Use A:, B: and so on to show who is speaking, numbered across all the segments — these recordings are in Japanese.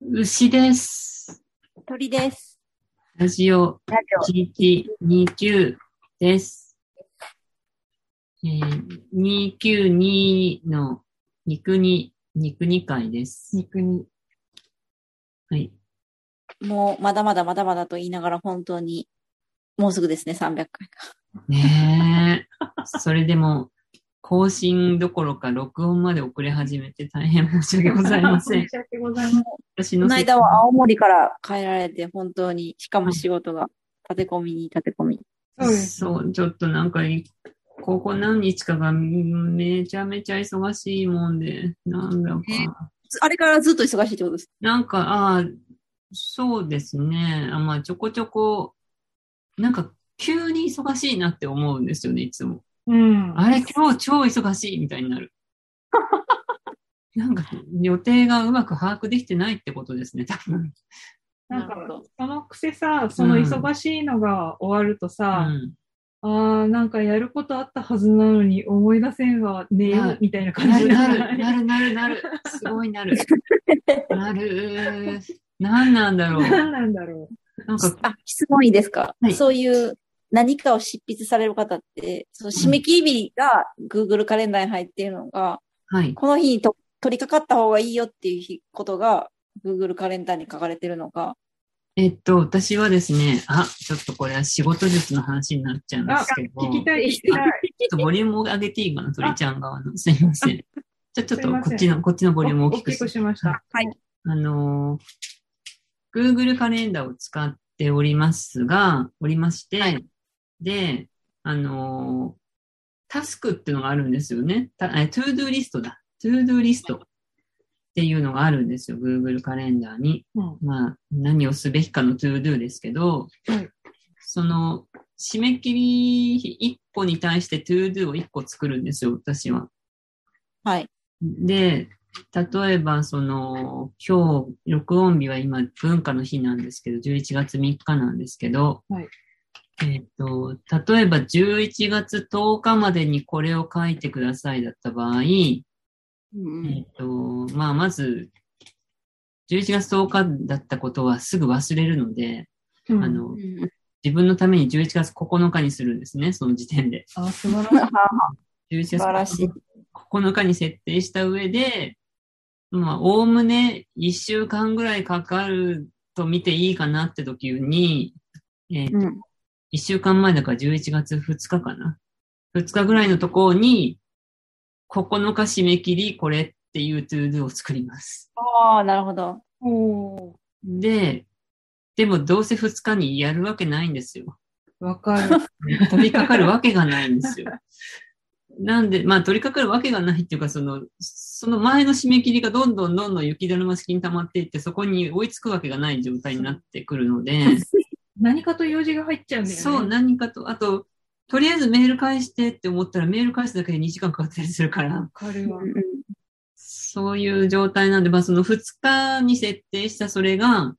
A: 牛です。
B: 鳥です。
A: ラジオ
B: ラジ
A: 1129です。えー、292の肉に、肉2回です。
B: 肉に。
A: はい。
B: もう、まだまだまだまだと言いながら、本当に、もうすぐですね、300回。
A: ねえ。それでも、更新どころか録音まで遅れ始めて大変申し訳ございません。
B: 訳ございません。
A: 私
B: こ
A: の
B: の
A: せ
B: 間は青森から帰られて、本当に、しかも仕事が、立て込みに立て込み。
C: そうです。
A: そう、ちょっとなんかい、ここ何日かがめちゃめちゃ忙しいもんで、なんだか。
B: えあれからずっと忙しいってことです。
A: なんか、ああ、そうですね。あまあ、ちょこちょこ、なんか、急に忙しいなって思うんですよね、いつも。
C: うん。
A: あれ、今日超忙しいみたいにな る。なんか、予定がうまく把握できてないってことですね、多分。
C: なん
B: な
C: か
B: るほど、
C: そのくせさ、その忙しいのが終わるとさ、
A: ん。
C: ああ、なんかやることあったはずなのに思い出せんわ、寝よ、
A: はいう
C: みたいな感
A: な
C: じ
A: る
C: に
A: な
C: な
A: る、なる
C: る。
A: なるなる。すごいなる。なる。何なんだろう。
C: 何なんだろ
A: なんか、
B: あ、質問いいですか、
A: はい
B: そういう、何かを執筆される方って、その締め切り日が Google カレンダーに入っているのが、
A: はい。
B: この日にと取り掛かった方がいいよっていう日ことが、Google カレンダーに書かれてるのが、
A: えっと、私はですね、あ、ちょっとこれは仕事術の話になっちゃうん
C: う。
A: で
C: あ
A: すけ、ど、
C: 聞きたい、聞きたい。
A: ちょっとボリュームを上げていいかな、鳥ちゃん側の。すいませ ん。じゃあちょっと
C: すいません
A: こっちの、こっちのボリュームを大きく
C: 大きく
A: し
C: しました。
B: はい。
A: あのー、Google カレンダーを使っておりますが、おりまして、で、あのー、タスクっていうのがあるんですよね。たえ、トゥードゥリストだ。トゥードゥリストっていうのがあるんですよ、Google カレンダーに。
C: うん
A: まあ、何をすべきかの to do ですけど、
C: はい
A: その、締め切り1個に対して to do を1個作るんですよ、私は。
B: はい。
A: で、例えば、その、今日、録音日は今、文化の日なんですけど、11月3日なんですけど、
C: はい
A: えっと、例えば11月10日までにこれを書いてくださいだった場合、
B: うん
A: えっと、まあ、まず、11月10日だったことはすぐ忘れるので、
C: うん
A: あ
B: う
A: の、
B: ん
A: 自分のために11月9日にするんですね、その時点で。
C: あ、素晴らしい。
A: 11
B: 素晴らしい
A: 月。9日に設定した上で、まあ、おおむね1週間ぐらいかかると見ていいかなって時に、えー
B: うん。
A: 1週間前だから11月2日かな。2日ぐらいのところに、9日締め切り、これっていう to do を作ります。
B: ああ、なるほど。
C: おー
A: で、でもどうせ2日にやるわけないんですよ。
C: わかる。
A: 取りかかるわけがないんですよ。なんで、まあ取りかかるわけがないっていうか、その、その前の締め切りがどんどんどんどん雪だるま式に溜まっていって、そこに追いつくわけがない状態になってくるので、
C: 何かと用事が入っちゃうんだよね。
A: そう、何かと、あと、とりあえずメール返してって思ったらメール返すだけで2時間かかったりするから
C: わ、かるわ。
A: そういう状態なんで、まあ、その2日に設定したそれが、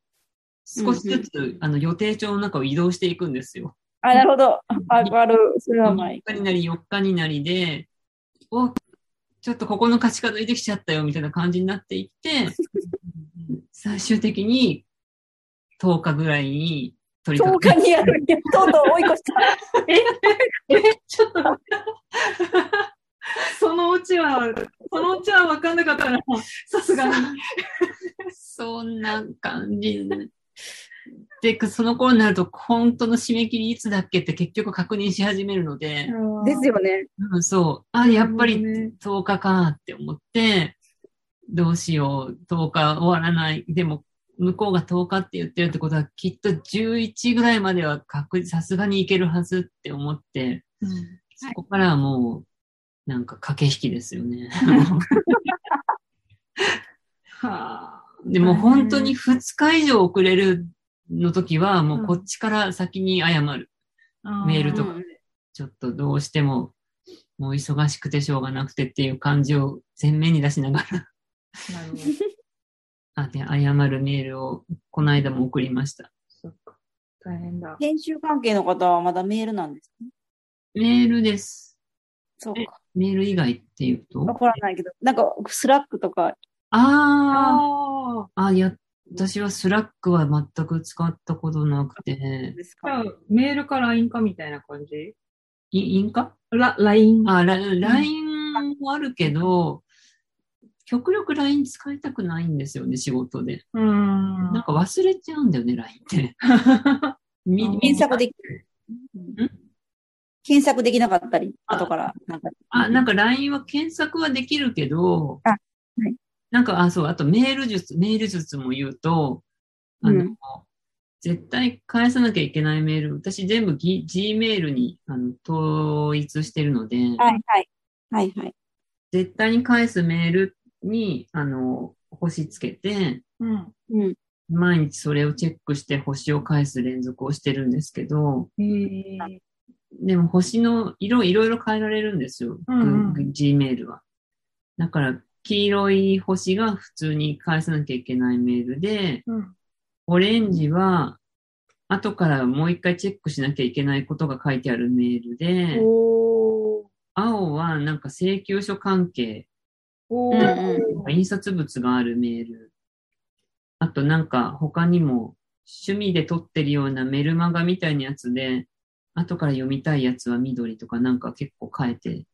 A: 少しずつ、あの予定帳の中を移動していくんですよ。
B: あ、なるほど。あ、ある。それは前。
A: 3日になり、4日になりで、お、ちょっとここの価値が抜いてきちゃったよ、みたいな感じになってい って、最終的に10日ぐらいに取り
B: 10
A: 掛
B: 日
A: か
B: にやる。いやとうとう追い越した。
C: え、ちょっと待って。 そのうちは、そのうちは分かんなかったな。さすがに。
A: る。そんな感じ。で、その頃になると、本当の締め切りいつだっけって結局確認し始めるので、
B: ですよね。
A: うん、そう。あ、やっぱり
C: なる
A: 10日かって思って、どうしよう、10日終わらない。でも、向こうが10日って言ってるってことは、きっと11ぐらいまでは確実、さすがにいけるはずって思って、
C: ほどね
A: そこからはもう、なんか駆け引きですよね。
C: はあ。
A: でも本当に2日以上遅れるの時は、もうこっちから先に謝る。メールとか
B: うん
A: ちょっとどうしても、もう忙しくてしょうがなくてっていう感じを前面に出しながら
C: なる ほど
A: あ、で、謝るメールをこの間も送りました。
C: そっか。大変だ。
B: 編集関係の方はまだメールなんですね。
A: メールです。
B: そうか。
A: メール以外っていうと
B: わからないけど、なんか、スラックとか、
A: あー
C: あ
A: あ、いや、私はスラックは全く使ったことなくて、
B: です
C: あ。じ
B: か
C: ゃあ、メールか LINE かみたいな感じ
A: インインか
C: ラ ?LINE。
A: あ、ラ LINE もあるけど、極力 LINE 使いたくないんですよね、仕事で。
C: うーん
A: なんか忘れちゃうんだよね、LINE って。み
B: 検索でき、検索できなかったり、
A: あ
B: 後から、なんか、
A: あ、なんか LINE は検索はできるけど、
B: あはい
A: なんか、あ、そう、あとメール術、メール術も言うと、あの、
B: うん
A: 絶対返さなきゃいけないメール、私全部 G, G メールにあの統一してるので、
B: はいはい。はいはい。
A: 絶対に返すメールに、あの、星つけて、
C: うん。
B: うん。
A: 毎日それをチェックして星を返す連続をしてるんですけど、
C: へー
A: でも星の色いろいろ変えられるんですよ、
C: うんうん
A: グ Gmail は。だから黄色い星が普通に返さなきゃいけないメールで、
C: うん。
A: オレンジは後からもう一回チェックしなきゃいけないことが書いてあるメールで、
C: おー。
A: 青はなんか請求書関係、
C: お
B: うん
C: ー。
A: 印刷物があるメール。あとなんか他にも趣味で撮ってるようなメルマガみたいなやつで、後から読みたいやつは緑とかなんか結構変えて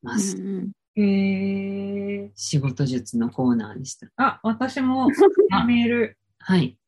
A: ます。
B: うんうん
C: へー。
A: 仕事術のコーナーでした。
C: あ、私も メール。
A: はい。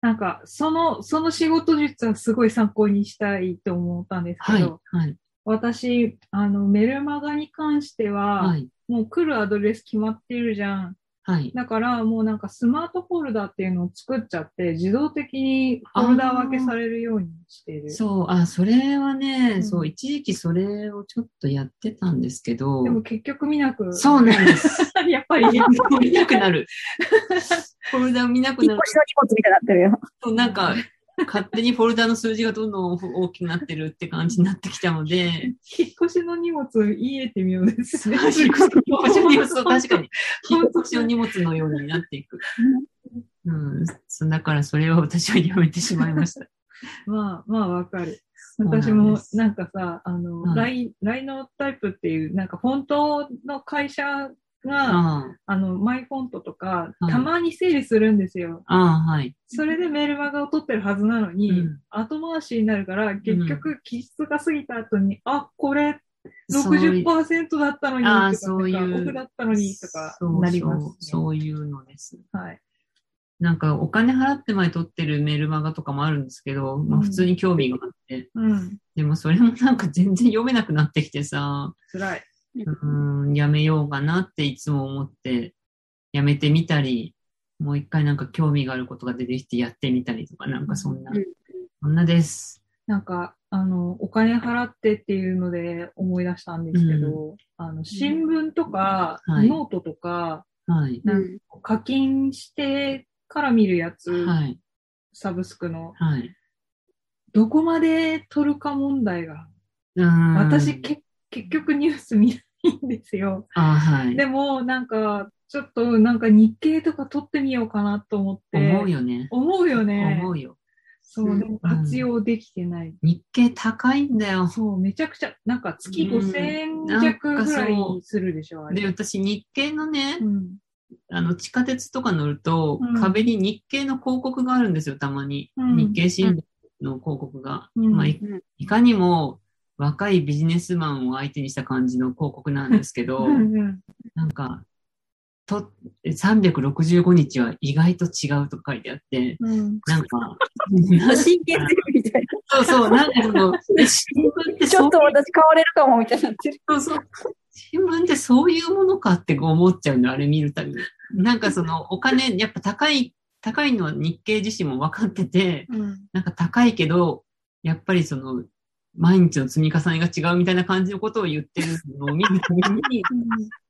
C: なんか、その、その仕事術はすごい参考にしたいと思ったんです
A: は
C: け
A: い。
C: ど、
A: はい。
C: 私、あの、メルマガに関しては、
A: はい。
C: もう来るアドレス決まってるじゃん。
A: はい。
C: だから、もうなんかスマートフォルダっていうのを作っちゃって、自動的にフォルダ分けされるようにしてる。
A: そう、あ、それはね、
C: うん
A: そう、一時期それをちょっとやってたんですけど
C: で、も結局見なく。
A: そうなんです。
C: やっぱり。
A: 見なくな る。フォルダ見なく
B: 引
A: な
B: っ
A: る
B: 越しの荷物みたいになってるよ。
A: と、なんか、勝手にフォルダの数字がどんどん大きくなってるって感じになってきたので、
C: 引っ越しの荷物言えてみようで す
A: 引
C: ね。
A: っ越しの荷物を確かに、引
C: 本
A: っ
C: 当
A: 越しの荷物のようになっていく。うん、そだからそれを私はやめてしまいました。
C: まあまあわかる。
A: うなんです
C: 私もなんかさ、あの、
A: うん
C: ライライノタイプっていう、なんかフォントの会社が、
A: あ
C: あの、マイフォントとか、
A: はい
C: たまに整理するんですよ。
A: あ、ああ、はい。
C: それでメールマガを取ってるはずなのに、
A: うん
C: 後回しになるから、結局、期日が過ぎた後に、あ、これ、
A: そうい
C: 60%だったのにと
A: あ
C: か
A: ーそういう
C: オフだったのにとか
A: そう
C: なります、ね
A: そうそういうのです。
C: はい。
A: なんかお金払って前取ってるメルマガとかもあるんですけど、まあ
C: うん
A: 普通に興味があって、
C: うん。
A: でもそれもなんか全然読めなくなってきてさ、
C: 辛い。
A: うーん、やめようかなっていつも思って、やめてみたり、もう一回なんか興味があることが出てきてやってみたりとか、なんかそんな、
B: うん
A: そんなです。
C: なんか、あの、お金払ってっていうので思い出したんですけど、あの、新聞とか、
A: はい
C: ノートとか、
A: はい。
C: な
B: うんん
C: か課金してから見るやつ、
A: はい。
C: サブスクの、
A: はい。
C: どこまで取るか問題が、
A: うーん
C: 私け、結局ニュース見ないんですよ。
A: あはい。
C: でも、なんか、ちょっと、なんか日経とか取ってみようかなと思って。
A: 思うよね。
C: 思うよね。
A: 思うよ。
C: そう、でも活用できてない。
A: 日経高いんだよ。
C: そう、めちゃくちゃ、なんか月
A: うん
C: 5000円
A: なん
C: 弱
A: か
C: ぐら
A: そ
C: いうするでしょ、あ
A: で、
C: れ。
A: 私、日経のね、
C: うん。
A: あの、地下鉄とか乗ると、
C: うん
A: 壁に日経の広告があるんですよ、たまに。
C: うん
A: 日経新聞の広告が。
C: うん
A: まあ、い
B: うん
A: いかにも若いビジネスマンを相手にした感じの広告なんですけど
C: う、んうん
A: なんか、と、365日は意外と違うと書いてあって、
C: うん。
A: なん か、
B: 真剣ゼミみたい
A: そうそう、なんかそ の、え新聞って
B: な。ち
A: そ
B: ょ
A: う
B: っと私買われるかもみたいになってる。
A: そうそう。新聞ってそういうものかって思っちゃうの、あれ見るたびに。なんかその、お金、やっぱ高い、高いのは日経自身も分かってて、
C: うん
A: なんか高いけど、やっぱりその、毎日の積み重ねが違うみたいな感じのことを言ってるのを見 るたびに、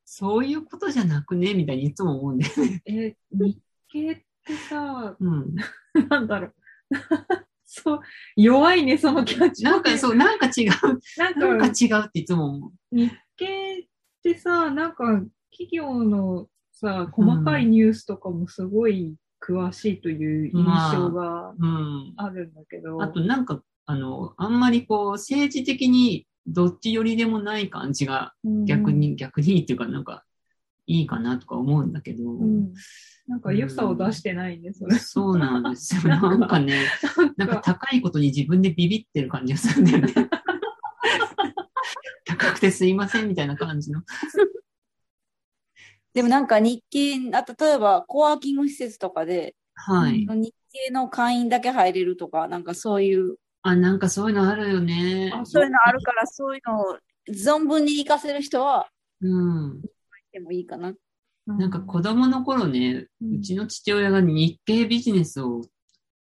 A: そういうことじゃなくねみたいにいつも思うんで。
C: え、日経って さ、
A: うん。
C: なんだろう。 そう、弱いね、そのキャッチ。
A: なんかそう、なんか違う。
C: なん
A: なんか
C: か、
A: 違うっていつも思う。
C: 日経ってさ、なんか、企業のさ、細かいニュースとかもすごい詳しいという印象が
A: うん。
C: あるんだけど。
A: あとなんか、あの、あんまりこう、政治的にどっち寄りでもない感じが逆に、逆にっていうかなんかいいかなとか思うんだけど、
C: うん。なんか良さを出してないね、それ。
A: そうなんですよ。なんかね、なんか高いことに自分でビビってる感じがするんだよね。高くてすいませんみたいな感じの。
B: でもなんか日系、あ例えばコワーキング施設とかで、
A: はい。
B: 日系の会員だけ入れるとか、なんかそういう、
A: あ、なんかそういうのあるよね。
C: あ
B: そういうのあるから、そういうのを存分に活かせる人は、
A: うん。
B: でもいいかな。
A: なんか子供の頃ね、
C: うん
A: うちの父親が日系ビジネスを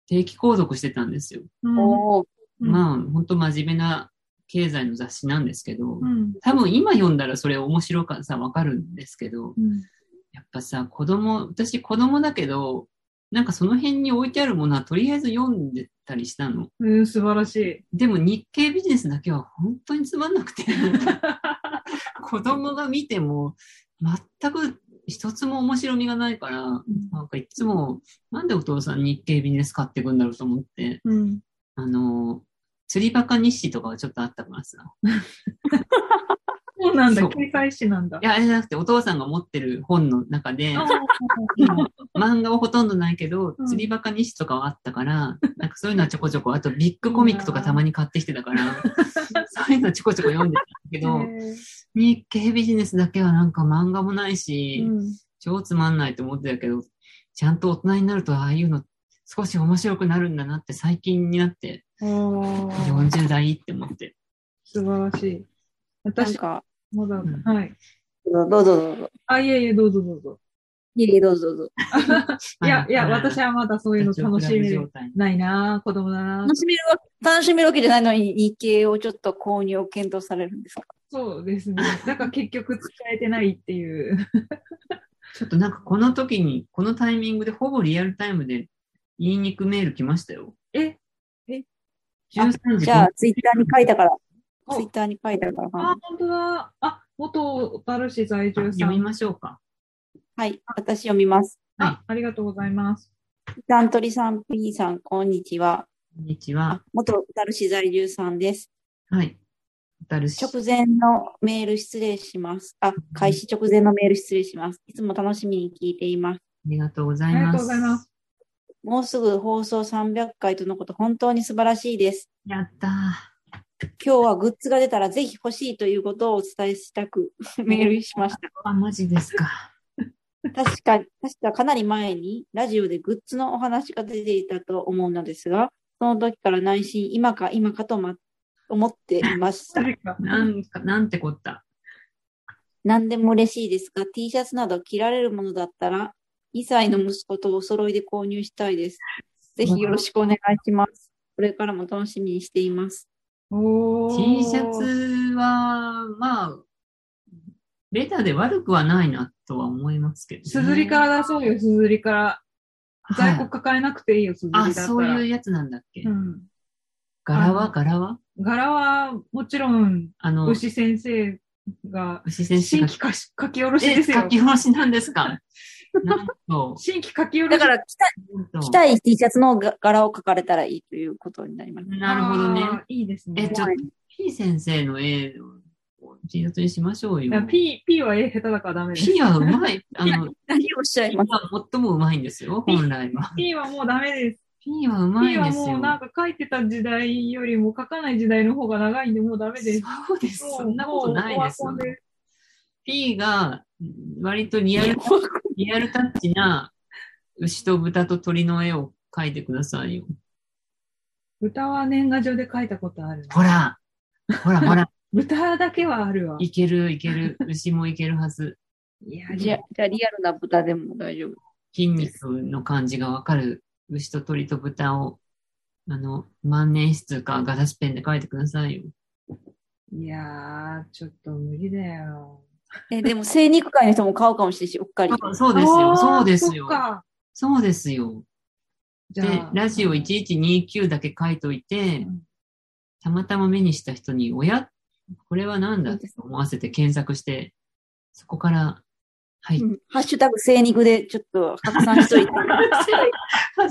A: 定期購読してたんですよ。
C: うん
B: おー
C: うん
A: まあ、本当真面目な経済の雑誌なんですけど、
C: うん。
A: 多分今読んだらそれ面白かさわかるんですけど、
C: うん
A: やっぱさ、子供、私子供だけど、なんかその辺に置いてあるものはとりあえず読んでたりしたの。
C: うん、素晴らしい。
A: でも日系ビジネスだけは本当につまんな くて、子供が見ても全く一つも面白みがないから、なんかいつも、なんでお父さん日系ビジネス買ってくんだろうと思って、
C: うん。
A: あの、釣りバカ日誌とかはちょっとあったからさ。
C: そうなんだ、
A: そう
C: 警戒師なんだ
A: い。や、あれじゃなくてお父さんが持ってる本の中で、
C: あ
A: 漫画はほとんどないけど
C: う、ん
A: 釣りバカ西とかはあったから、なんかそういうのはちょこちょこ、あとビッグコミックとかたまに買ってきてたから、 そういうのちょこちょこ読んでたんだけど、日経ビジネスだけはなんか漫画もないし、超つまんないと思ってたけど、ちゃんと大人になるとああいうの少し面白くなるんだなって最近になって、
C: お
A: 40代って思って。
C: 素晴らしい。
B: なん
C: 私、
B: か、
C: まだ、
A: ん
C: はい。
B: どうぞどうぞ。
C: あ、いえいえ、どうぞどう ぞ。
B: いえいえ、どうぞどうぞ。
C: いや、いや、
A: あら
C: 私はまだそういうの楽しめ
A: 状
C: る。
A: 態
C: ないなぁ、子供だなぁ
B: 楽。しめるわ楽しめるわけじゃないのに、日系をちょっと購入を検討されるんですか
C: そうです ね。だから結局使えてないっていう。
A: ちょっとなんかこの時に、このタイミングでほぼリアルタイムで言いにくメール来ましたよ。
C: え
A: 13時
B: じゃあ、ツイッターに書いたから。
C: お
B: ツイッターに書いたから
C: あ
B: な。、
C: 本当だ。あ、元小樽市在
A: あ
C: 住さ
A: 読み
C: ん。
A: ましょうか。
B: はい、私読みます。
C: あ、ありがとうございます。
B: ダントリさん、P さん、こんにちは。
A: こんにちは。
B: 元ダル市在住さんです。
A: はい。たるし。
B: 直前のメール失礼します。あ、開始直前のメール失礼します。いつも楽しみに聞いていま
A: あ
B: す。
A: りがとうござ
C: あ
A: い
C: りが
A: ます。
C: とうございます。
B: もうすぐ放送300回とのこと、本当に素晴らしいです。
A: やったー。
B: 今日はグッズが出たらぜひ欲しいということをお伝えしたく メールしました。
A: あ、マジです か。
B: 確か、確かかなり前にラジオでグッズのお話が出ていたと思うのですが、その時から内心今か今かとま思っていました。
C: 誰か
A: なんか、なんてこった。
B: 何でも嬉しいですが、T シャツなど着られるものだったら、2歳の息子とお揃いで購入したいです。ぜひよろしくお願いします。これからも楽しみにしています。
C: お
A: T シャ。ツは、まあ、ベタで悪くはないなとは思いますけど、ね。
C: すずりから出そうよ、すずりから。
A: はい
C: 在庫抱えなくていいよ、すずりだった
A: あ、
C: ら。
A: そういうやつなんだっけ。
C: うん。
A: 柄
C: あ
A: は
C: の
A: 柄は
C: 柄は、もちろん、
A: あの、牛
C: 牛先生が、
A: 先生
C: 新
A: が
C: 規かし書き下ろし
A: え、
C: です
A: 書
C: よ。
A: き下ろしなんです か。なんと、
C: 新規書き下ろ
B: だ
C: し
B: か。ら着た
A: なんと
B: い、着たい T シャツのが柄を描かれたらいいということになります。
A: なるほどね
C: あ。ー。いいです
A: え、
C: ね。
A: ちょっと、P 先生の絵を T シャツにしましょう
C: い
A: よ
C: や。P、P は絵下手だからダメです。
A: P はうま い。あの、
B: 何をおっしゃ
A: P
B: い
A: は
B: ます
A: 最もうまいんですよ、本来は。
C: P はもうダメです。
A: P はうまい
C: P
A: ん
C: は
A: ですよ。
C: もうなんか書いてた時代よりも書かない時代の方が長いんで、もうダメです。
A: そうです。
C: もう
A: そんなことないです
C: もうオワコンで。
A: P がうん割とリアルタッチ、リアルタッチな牛と豚と鳥の絵を描いてくださいよ。
C: 豚は年賀状で書いたことある。
A: ほら、ほらほ ら、
C: 豚だけはあるわ。
A: いけるいける、牛もいけるはず。
C: いや
B: じゃあ、じゃあリアルな豚でも大丈夫。
A: 筋肉の感じがわかる牛と鳥と豚を、あの、万年筆かガラスペンで書いてくださいよ。
C: いやー、ちょっと無理だよ。
B: え、でも精肉会の人も買うかもしれないし、うっかり。
A: そうです
C: あー
A: よ、そうです
C: そっ
A: よ。
C: か
A: そうですよ。
C: じ
A: で
C: ゃあ、、
A: ラジオ1129だけ書いといて、
C: うん
A: たまたま目にした人に、おやこれは何だって思わせて検索して、そこから、はい。
B: うんハッシュタグ 精肉でちょっと拡散しといて、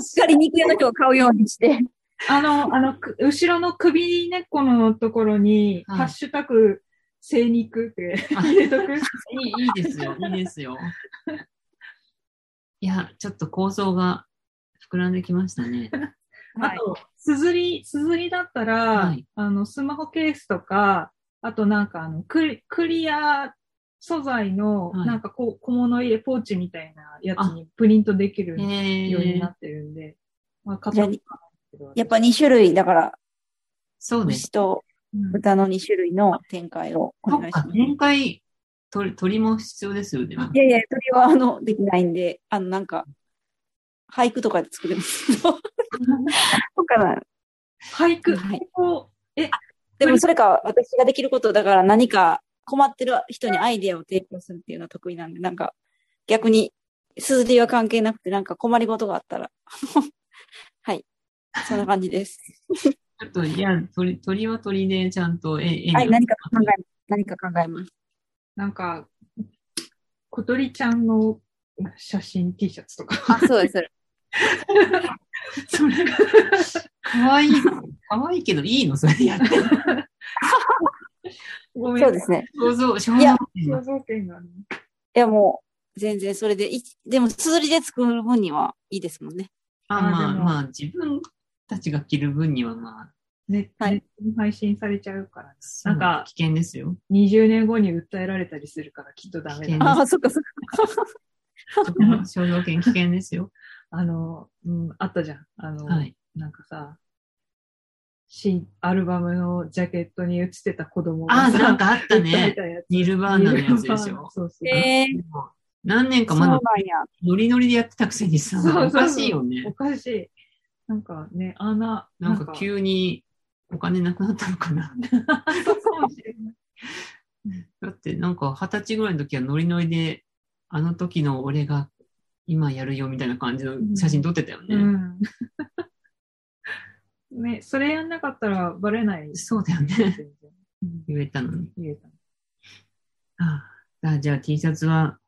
B: しっかり肉屋の人が買うようにして、
C: あの、あの、く後ろの首根っこのところに、
A: はい
C: ハッシュタグ、精肉って
A: あ
C: 入れと
A: いい、
C: く。
A: いいですよ。いいですよ。いや、ちょっと構想が膨らんできましたね。
C: あと、すずり、すずりだったら、
A: はい
C: あの、スマホケースとか、あとなんかあの、クリクリア素材の、
A: はい
C: なんかこう小物入れポーチみたいなやつにプリントできる
A: へ
C: よう
A: え
C: になってるんで、まあ、買ったことないけど
B: やっぱ2種類、だから、
A: そうです。
B: 牛と
C: うん
B: 豚の2種類の展開をお
A: そ
B: 願
A: っ
B: いしま
A: か、
B: す。
A: 展開、鳥鳥も必要ですよね。
B: いやいや、それはあの、できないんで、あの、なんか、俳句とかで作れ ますけど。そうかな。
C: 俳句、
B: はい
C: こうえ、
B: でもそれか、私ができることだから何か困ってる人にアイデアを提供するっていうのは得意なんで、なんか、逆に、数字は関係なくて、なんか困りごとがあったら。 はい。そんな感じです。
A: ちょっと、いや、鳥鳥は鳥でちゃんと絵、絵に
B: はい、何か考えます。何か考えます。
C: なんか、小鳥ちゃんの写真 T シャツとか。
B: あ、そうです。それ
C: それが
A: かわいい。かわいいけど、いいのそれやって。
C: ごめん
B: そうですね。
A: 想像、想
B: いや
A: 像権が
C: 肖像権がね。
B: いや、もう、全然それでいい、でも、綴りで作る分にはいいですもんね。
A: あ、
C: あ
A: まあ
C: でも
A: まあ、自分たちが着る分には、まあ、
C: ネット
B: はい
C: ネットに配信されちゃうから、
A: そう
C: なんか
A: 危険ですよ。
C: 20年後に訴えられたりするからきっとダメ
A: 危
C: だ。
A: 険
C: あ
B: ああ、そっかそっか。
A: 肖像権危険です よ。
C: あの、うん、あったじゃん。あの、
A: はい。
C: なんかさ、新アルバムのジャケットに写ってた子供
A: あ、
C: さ
A: なんかあった
C: 訴え
A: ね。
C: たやつ。
A: ニルバーナのやつでし
C: ニルバーナ
A: ょ。
C: そうそう。
B: えー、
A: でも何年か
B: そう
A: ま
B: なん
A: だ
B: や。
A: ノリノリでやってたくせにさ
C: そうそ、う
A: おかしいよ
C: お
A: ね。
C: かしい。なんかね、あんな、
A: なんか急にお金なくなったのかな。
C: そうかもしれない。
A: だってなんか二十歳ぐらいの時はノリノリで、あの時の俺が今やるよみたいな感じの写真撮ってたよね。
C: うん。ね、それやんなかったらバレない。
A: そうだよ
C: 全
A: ね。
C: 然うん
A: 言えたのに。
C: 言えた
A: ああじゃあ T シャツは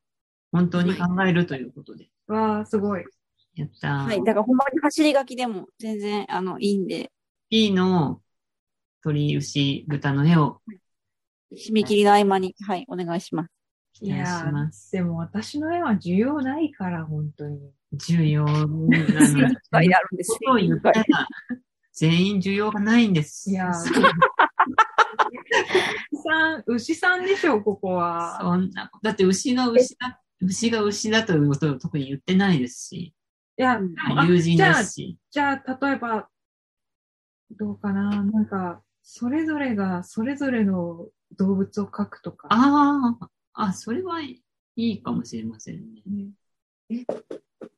A: 本当に考えるということで。
C: わあ、すごい。
A: やったー。
B: はい。だから、ほんまに走り書きでも全然、あの、いいんで、
A: P の鳥、牛、豚の絵を
B: 締め切りの合間に、はい、お願いします。
A: 期待し
C: ー
A: ます。
C: でも私の絵は需要ないから、本当に。
A: 重要なの。
B: 精一杯であるんです
A: ことを言ったら、全員需要がないんです。
C: いや ー
A: そう
C: 牛さん、牛さんでしょ、ここは。
A: そんなことだって牛が牛だ、牛が牛だということを特に言ってないですし、
C: いや、
B: う
C: で
B: ん
C: もあ
A: 友人
C: じゃ
A: で
C: あ、
A: すし、
C: じゃあ、例えば、どうかな、なんか、それぞれが、それぞれの動物を描くとか。
A: ああ、あ、それはいいかもしれませんね。
C: ね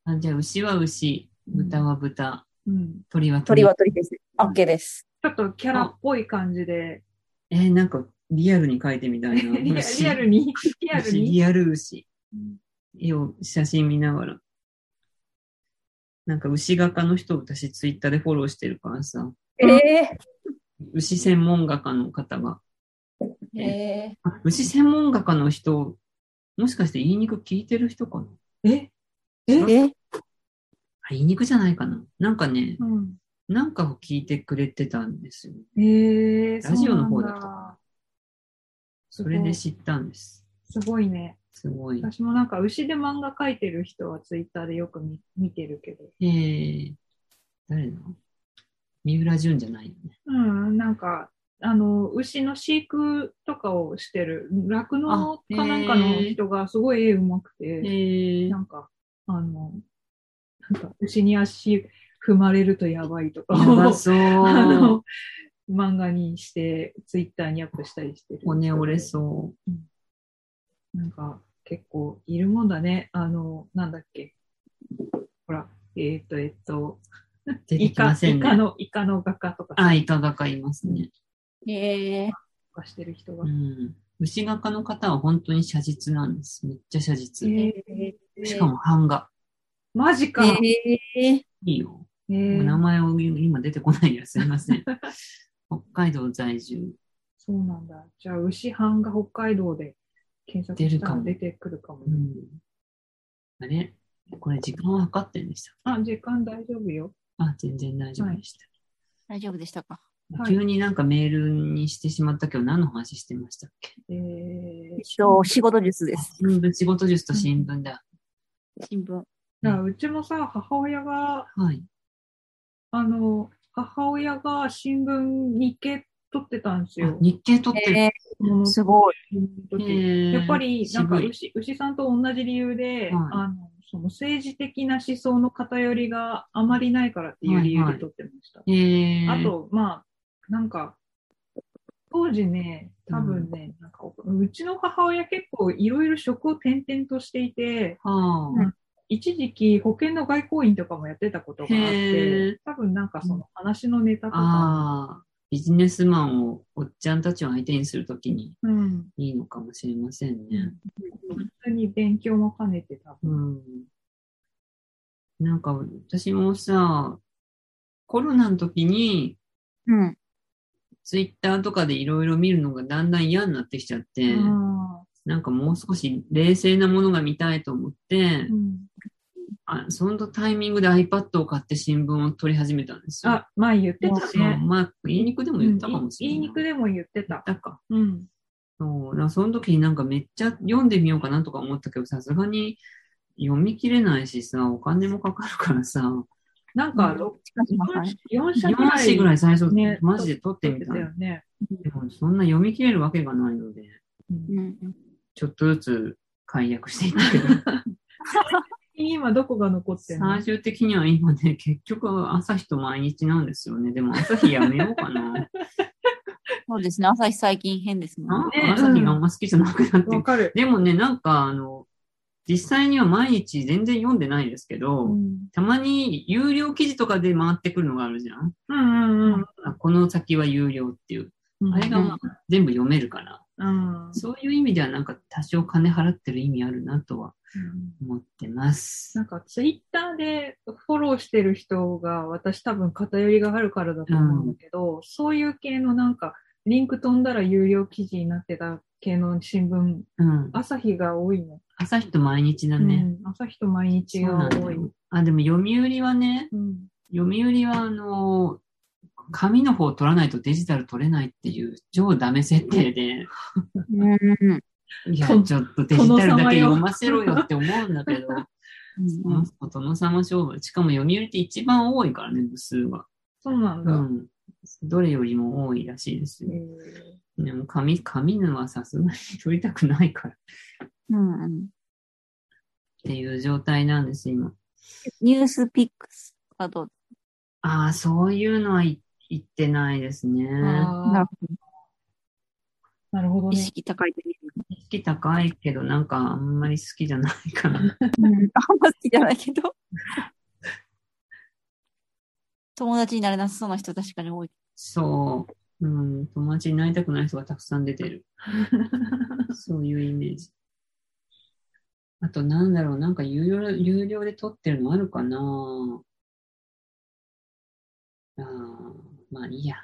A: あじゃあ、牛は牛、豚は豚、
C: うん。
A: 鳥は
B: 鳥
A: 鳥。
B: は鳥ですね。オッケーです。
C: ちょっとキャラっぽい感じで、
A: えーなんかリアルに描いてみたいな。
C: リア
A: 牛
C: リアルに、リアル
A: 牛
C: に。
A: リアル牛。
C: うん
A: 絵を写真見ながら。なんか牛画家の人を私ツイッターでフォローしてるからさ、
B: ええ
A: 牛専門画家の方が、
B: ええ
A: あ牛専門画家の人、もしかして言いにく聞いてる人かな
C: え
B: ええ
A: あ言いにくじゃないかななんかね、
C: うん。
A: なんかを聞いてくれてたんですよ。
C: えー、
A: ラジオの方だ
C: そうな
A: った
C: ん
A: か
C: だ
A: な。それで知ったんです。
C: すごいね。
A: すごい。
C: 私もなんか牛で漫画描いてる人はツイッターでよく見見てるけど。
A: えー、誰なの三浦淳じゃないよね。
C: うん、なんか、あの、牛の飼育とかをしてる、酪農かなんかの人がすごい絵うまく
A: え
C: て、
A: ー
C: な、んか、あの、なんか牛に足踏まれるとやばいとか
A: やば
C: を、
A: そ
C: あ
A: う。
C: の、漫画にして、ツイッターにアップしたりしてる。
A: 骨折れそう。
C: なんか、結構いるもんだね。あの、なんだっけ。ほら、えっ、と、えっ、と、
A: 出て
C: イ
A: き
C: カ、
A: ませ
C: イ
A: ん
C: カ
A: ね。
C: の、イカの画家とか
A: あ、イカ画家いますね。
B: ええ
C: とかしてる人が
A: う。ん。牛画家の方は本当に写実なんです。めっちゃ写実。
C: えー
A: しかも版画。
C: マジか。
B: え
A: いいよ。
C: え
A: お
C: ー
A: 名前を今出てこないやすいません。北海道在住。
C: そうなんだ。じゃあ、牛班が北海道で検索したら出てくるかも
A: う。ん。あれこれ時間は測ってんでした。
C: あ、時間大丈夫よ。
A: あ、全然大丈夫でした。
B: 大丈夫でしたか
C: はい
A: 急になんかメールにしてしまったけど、何の話してましたっけ
C: えー、
B: と、仕事術で
A: あ。新聞、仕事術と新聞だ。
B: 新聞。
C: だからうちもさ、母親が、
A: はい。
C: あの、母親が新聞日経取ってたんです
A: あ
C: よ。
A: 日経取ってる。
B: え
C: この
B: ー、すごい。
C: 時
A: へー
C: やっぱり、なんか
A: 渋い
C: 牛、牛さんと同じ理由で、
A: い
C: あの、その政治的な思想の偏りがあまりないからっていう理由で撮ってました。
A: へー
C: あと、まあ、なんか、当時ね、多分ね、なんか、うちの母親結構いろいろ職を転々としていて、
A: はあ、
C: 一時期保険の外交員とかもやってたことがあっ
A: へー
C: て、多分なんかその話のネタとか、
A: ああ、ビジネスマンをおっちゃんたちを相手にするときに
C: うん、
A: いいのかもしれませんね。
C: 普通に勉強も兼ねてた。
A: うん。なんか私もさ、コロナの時に
B: うん。
A: ツイッターとかでいろいろ見るのがだんだん嫌になってきちゃって、
C: あ
A: なんかもう少し冷静なものが見たいと思って
C: ー、うん
A: あそのタイミングで iPad を買って新聞を取り始めたんですよ。
C: あ、前言って
A: そ
C: た
A: う
C: ね。
A: まあ、言いにくでも言ったかもしれない。
C: 言いにくでも言って。
A: 言ったたか。
C: うん。
A: そう、だからその時になんかめっちゃ読んでみようかなとか思ったけど、さすがに読み切れないしさ、お金もかかるからさ、
C: なんか、ろ
B: はい
C: 4社ぐ
A: 4
C: らい
A: 紙ぐらい最初、
C: ね
A: マジで撮って
C: 言
A: み
C: って
A: た
C: た
A: の。
C: よね。
A: でもそんな読み切れるわけがないので、
B: うんうん。
A: ちょっとずつ解約していったけど、
C: 今どこが残ってるの
A: 最終的には今ね、 結局朝日と毎日なんですよね。でも朝日やめようかな。
B: そうですね。朝日最近変ですもん
A: なん
B: ね。
A: か朝日があんま好きじゃなくなって
C: わかる。
A: でもね、なんか、あの、実際には毎日全然読んでないですけど、
C: うん
A: たまに有料記事とかで回ってくるのがあるじゃん。
C: うんうん
A: あこの先は有料っていう。
C: うん。
A: あれがまあ全部読めるから、
C: うん。
A: そういう意味ではなんか多少金払ってる意味あるなとは
C: うん
A: 思ってます
C: な。んか、ツイッターでフォローしてる人が、私多分偏りがあるからだと思うんだけど、そういう系のなんか、リンク飛んだら有料記事になってた系の新聞、
A: うん。
C: 朝日が多いの。
A: 朝日と毎日だね。
C: うん朝日と毎日
A: そうな
C: が
A: んだ
C: 多い。
A: よ。あ、でも読売はね、
C: うん
A: 読売はあの、紙の方を取らないとデジタル取れないっていう超ダメ設定で、
B: うんうん
A: いや、
C: と
A: ちょっとデジタルだけ読ませろよって思うんだけど、
B: うんうん。
A: うん、殿様勝負。しかも読売って一番多いからね、部数が。
C: そうなん
A: う
C: だ。
A: ん。どれよりも多いらしいです
C: へ
A: ね。
C: ー
A: でも紙、紙のはさすがに取りたくないからっ
B: うんうん。
A: ていう状態なんです、今。
B: ニュースピックスはどう
A: ああ、そういうのはい言ってないですね。
C: あーなるほど
B: 意
C: ね。
B: 識高いとい
A: 意識高いけど、なんかあんまり好きじゃないかな。
B: う。うん。あんま好きじゃないけど。友達になれなさそうな人確かに多い。
A: そう。うん、友達になりたくない人がたくさん出て る。そういうイメージ。あと、なんだろう、なんか有料、有料で撮ってるのあるかなあーまあいい や。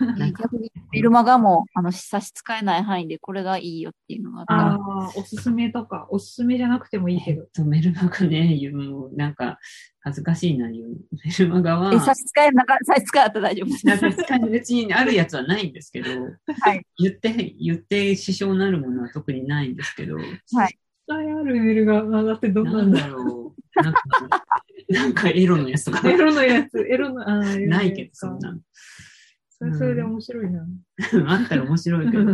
A: なんか
B: 逆にフィルマがもう、あの、差し支えない範囲でこれがいいよっていうのがあったら
C: ああ、おすすめとか、おすすめじゃなくてもいいけど。
A: とメルマガね、言うもうなんか恥ずかしいな、言う。メルマガは、
B: え、差し支えなか、差し支えあったら大丈夫です。
A: なんか別にあるやつはないんですけど、
B: はい
A: 言って、言って支障になるものは特にないんですけど、
C: 絶対あるメールが上がってどん
A: な
C: なんん
A: だ
C: だ。
A: ろう。なんか、なんかエロのやつとか
C: エロのやつ、エロの、ああ、エロのやつか
A: ないけど、そんなの。
C: それそれで面白いな。
A: あったら面白いけど。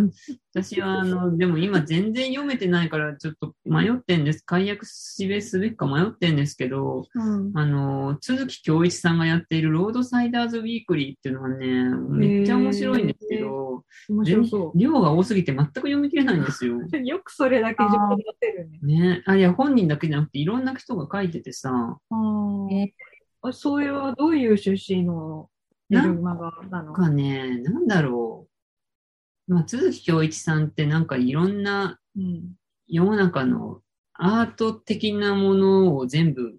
A: 私は、あの、でも今全然読めてないから、ちょっと迷ってんです。解約しべすべきか迷ってんですけど、
C: うん。
A: あの、鈴木京一さんがやっているロードサイダーズウィークリーっていうのがね、めっちゃ面白いんですけど、
C: 面白そ
A: 量が多すぎて全く読み切れないんですよ。
C: う。よくそれだけ自分でやってるね。
A: ね。あ、いや、本人だけじゃなくて、いろんな人が書いててさ、
C: あ
B: え
C: ーあ。それはどういう出身のメルマガなの
A: なんかね、なんだろう。まあ、鈴木京一さんってなんかいろんな
C: うん。
A: 世の中のアート的なものを全部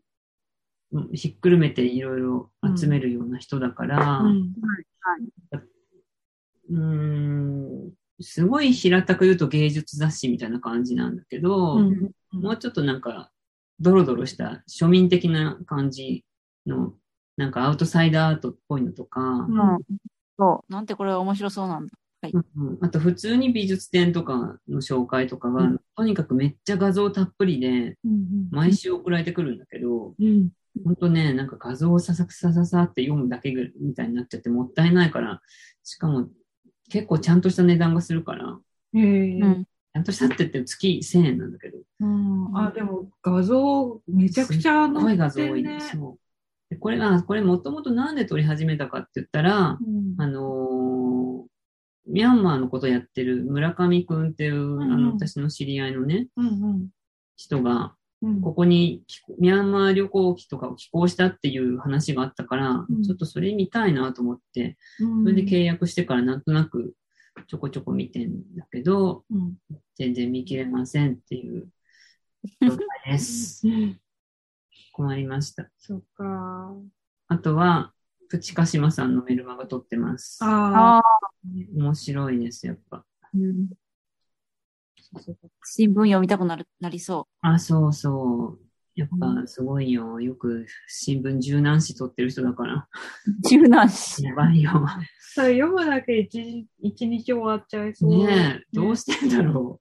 A: うんひっくるめていろいろ集めるような人だから、
C: う
A: うんーんすごい平たく言うと芸術雑誌みたいな感じなんだけど、
C: うん
A: もうちょっとなんかドロドロした庶民的な感じのなんかアウトサイダーアートっぽいのとか、
B: うん。そう。なんてこれは面白そうなんだ。
A: うんあと普通に美術展とかの紹介とかは、
C: うん
A: とにかくめっちゃ画像たっぷりで、
C: うん
A: 毎週送られてくるんだけど、
C: うん。
A: ほんとね、なんか画像をさささささって読むだけぐらいみたいになっちゃってもったいないから、しかも結構ちゃんとした値段がするから、
C: へえ
B: う。ん。
A: ちゃんとしたって言って月1000円なんだけど、
C: うんあ、でも画像めちゃくちゃ
A: す
C: 載
A: ごい画
C: っ
A: 像
C: て
A: 多い
C: る
A: ね。
C: ね。
A: そうでこれが、これもともとなんで撮り始めたかって言ったら、
C: うん
A: あのーミャンマーのことやってる村上くんっていう、あ
C: うんうん
A: の、私の知り合いのね、
C: うん
A: 人が、
C: うん
A: ここに寄港ミャンマー旅行機とかを寄港したっていう話があったから、
C: うん
A: ちょっとそれ見たいなと思って、
C: うん
A: それで契約してからなんとなくちょこちょこ見てんだけど、
C: うん
A: 全然見切れませんっていう状態です。困りました。
C: そっか。
A: あとは、プチカシマさんのメルマが撮ってます。
C: あ
B: あ
C: あ。
B: あ。
A: 面白いです、やっぱ。
B: うん新聞読みたくなる、なりそ
A: あ、そうそう。やっ
B: う
A: ぱすごいよ。よく新聞柔軟紙撮ってる人だから。
B: う。柔軟し。
A: やばいよ。
C: それ読むだけ一日一日終わっちゃいそう。
A: ねえ、どうしてんだろ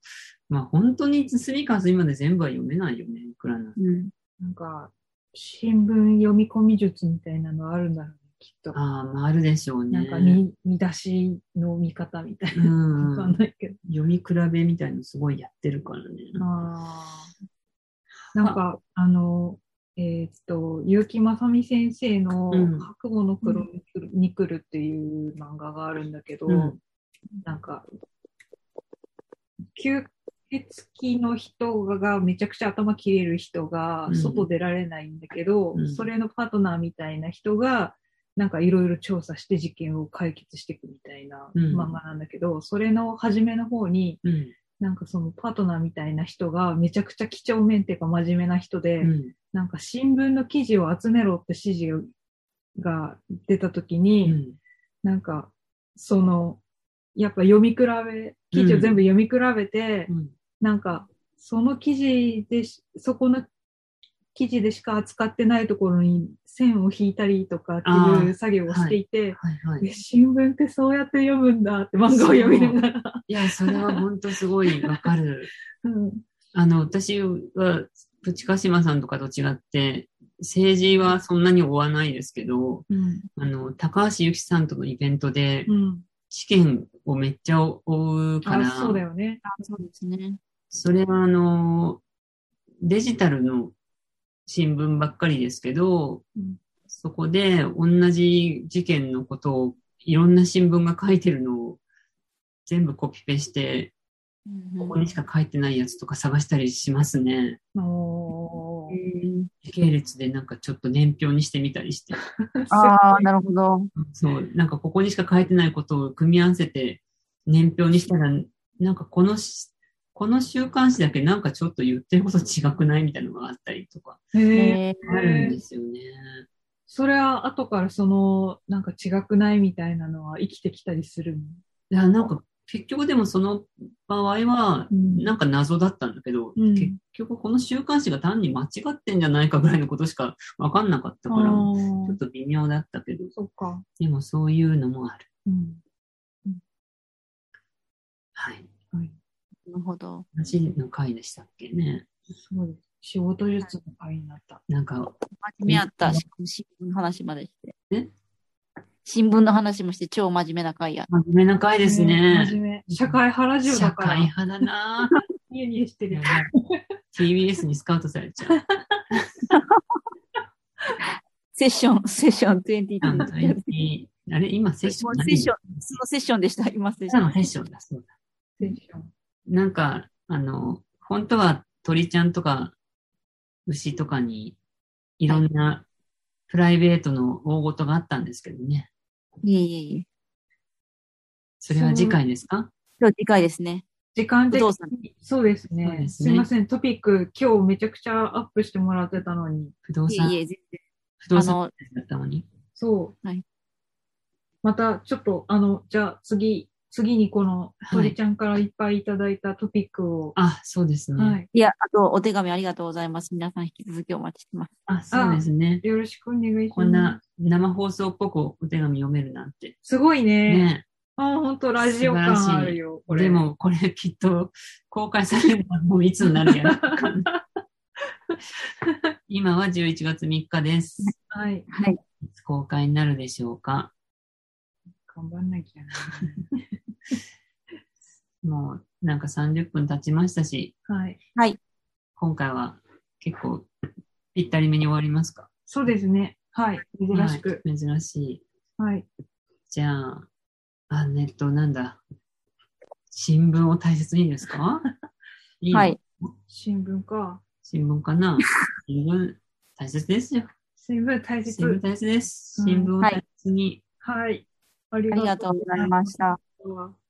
A: う。 まあ本当に隅から隅まで全部は読めないよね、いくらなんでも。
B: うん。
C: なんか、新聞読み込み術みたいなのあるんだろうね、きっと。
A: ああ、まああるでしょう
C: な
A: ね。
C: んか見、見出しの見方みたいうな。わか
A: ん
C: ん、ないけど。
A: 読み比べみたいのすごいやってるからね。
C: ああ。なんか、あの、えーっと、結城正美先生の
A: うん
C: 覚悟のクロニクルっていう漫画があるんだけど、
A: うん
C: なんか、吸血鬼の人がめちゃくちゃ頭切れる人が
A: うん
C: 外出られないんだけど、
A: うん
C: それのパートナーみたいな人が、なんかいろいろ調査して事件を解決していくみたいな
A: うん
C: 漫画なんだけど、それの初めの方に、
A: うん。
C: なんかそのパートナーみたいな人がめちゃくちゃ几帳面っていうか真面目な人で、
A: うん。
C: なんか新聞の記事を集めろって指示が出た時
A: う
C: に、
A: ん。
C: なんか、その、やっぱ読み比べ、記事を全部読み比べて、
A: うん。
C: なんか、その記事でし、そこの記事でしか扱ってないところに線を引いたりとかっていう作業をしていて、
A: はいはい。
C: え新聞ってそうやって読むんだって漫画を読みながら。
A: いや、それは本当すごいわかる。
C: うん
A: あの、私は、プチカシマさんとかと違って、政治はそんなに追わないですけど、
C: うん
A: あの、高橋由紀さんとのイベントで、
C: うん、
A: 試験をめっちゃ追うか
C: あ
A: ら、
C: そうだよね。
B: あそうですね。
A: それはあの、デジタルの新聞ばっかりですけど、
C: うん
A: そこで同じ事件のことをいろんな新聞が書いてるのを全部コピペして、
B: うんう
A: こ
B: ん
A: こにしか書いてないやつとか探したりしますね。
C: おー
A: 時系列でなんかちょっと年表にしてみたりして。
B: ああ、なるほど。
A: そう、なんかここにしか書いてないことを組み合わせて年表にしたら、なんかこのし、この週刊誌だけなんかちょっと言ってること違くないみたいなのがあったりとか、
C: へー
B: えー
A: あるんですよね。
C: それは後からその、なんか違くないみたいなのは生きてきたりするの
A: いや、なんか結局でもその場合は、
C: うん
A: なんか謎だったんだけど、
C: うん
A: 結局この週刊誌が単に間違ってんじゃないかぐらいのことしかわかんなかったから、ちょ
C: あー
A: っと微妙だったけど、
C: そっか。
A: でもそういうのもある。
C: うん
A: はい。
C: はい、
B: なるほど。
A: 話の回でしたっけね。
C: そうです。仕事術の会になった。
A: なんか、
B: 真面目やった、しかも新聞の話までして。
A: え
B: 新聞の話もして超真面目な回や。
A: 真面目な回ですね。
C: 真面目。社会派ラジオだ
A: 社
C: から
A: 会。派だな
C: ニヤニヤしてる。
A: ぁ TBS にスカウトされちゃう。
B: セッション、 セッション20
A: あの20あれ今セッション
B: もうセッションそのセッションでした、今セッシ
A: 今
B: ョン。
A: のセッションだ、そうだ。
C: テンション
A: なんか、あの、本当は鳥ちゃんとか牛とかにいろんなプライベートの大事があったんですけどね。
B: いえいえいえ。
A: それは次回ですか
B: 今日次回ですね。
C: 時間的
B: 不動産
C: に、そうです
A: そう
C: ね。
A: です
C: す
A: ね
C: いません、トピック、今日めちゃくちゃアップしてもらってたのに、
A: 不動
B: いえ
A: 産
B: い、え、全
A: 不動
B: あ
A: 産
B: の
A: だったのに。
C: そう。
B: はい
C: また、ちょっと、あの、じゃあ次、次にこの鳥ちゃんからいっぱいいただいたトピックを、
A: あ、そうですね。
C: はい、
B: いや、あと、お手紙ありがとうございます。皆さん引き続きお待ちしてます。
A: あ、そうですね。
C: よろしくお願いします。
A: こんな生放送っぽくお手紙読めるなんて。
C: すごいね。
A: ね。
C: ああ、ほんとラジオ感あるよ、これ。
A: でも、これきっと公開されるのはもういつになるやら。今は11月3日です。
C: はい。
B: はい。
A: いつ公開になるでしょうか。
C: 頑張んなきゃ
A: もうなんか30分経ちましたし、
C: な。はい。
A: 今回は結構ぴったりめに終わりますか。
C: そうですね。はい。珍しく。
A: はい珍しい。
C: はい。
A: じゃあ、あ、ネットなんだ。新聞を大切にです かいいの
B: はい。
C: 新聞か。
A: 新聞かな新聞大切ですよ。
C: 新聞 大
A: 新聞
C: 切。
A: 大切です。
C: うん
A: 新聞を大切に。
C: はい。あり
B: ありがとうございました。
C: す。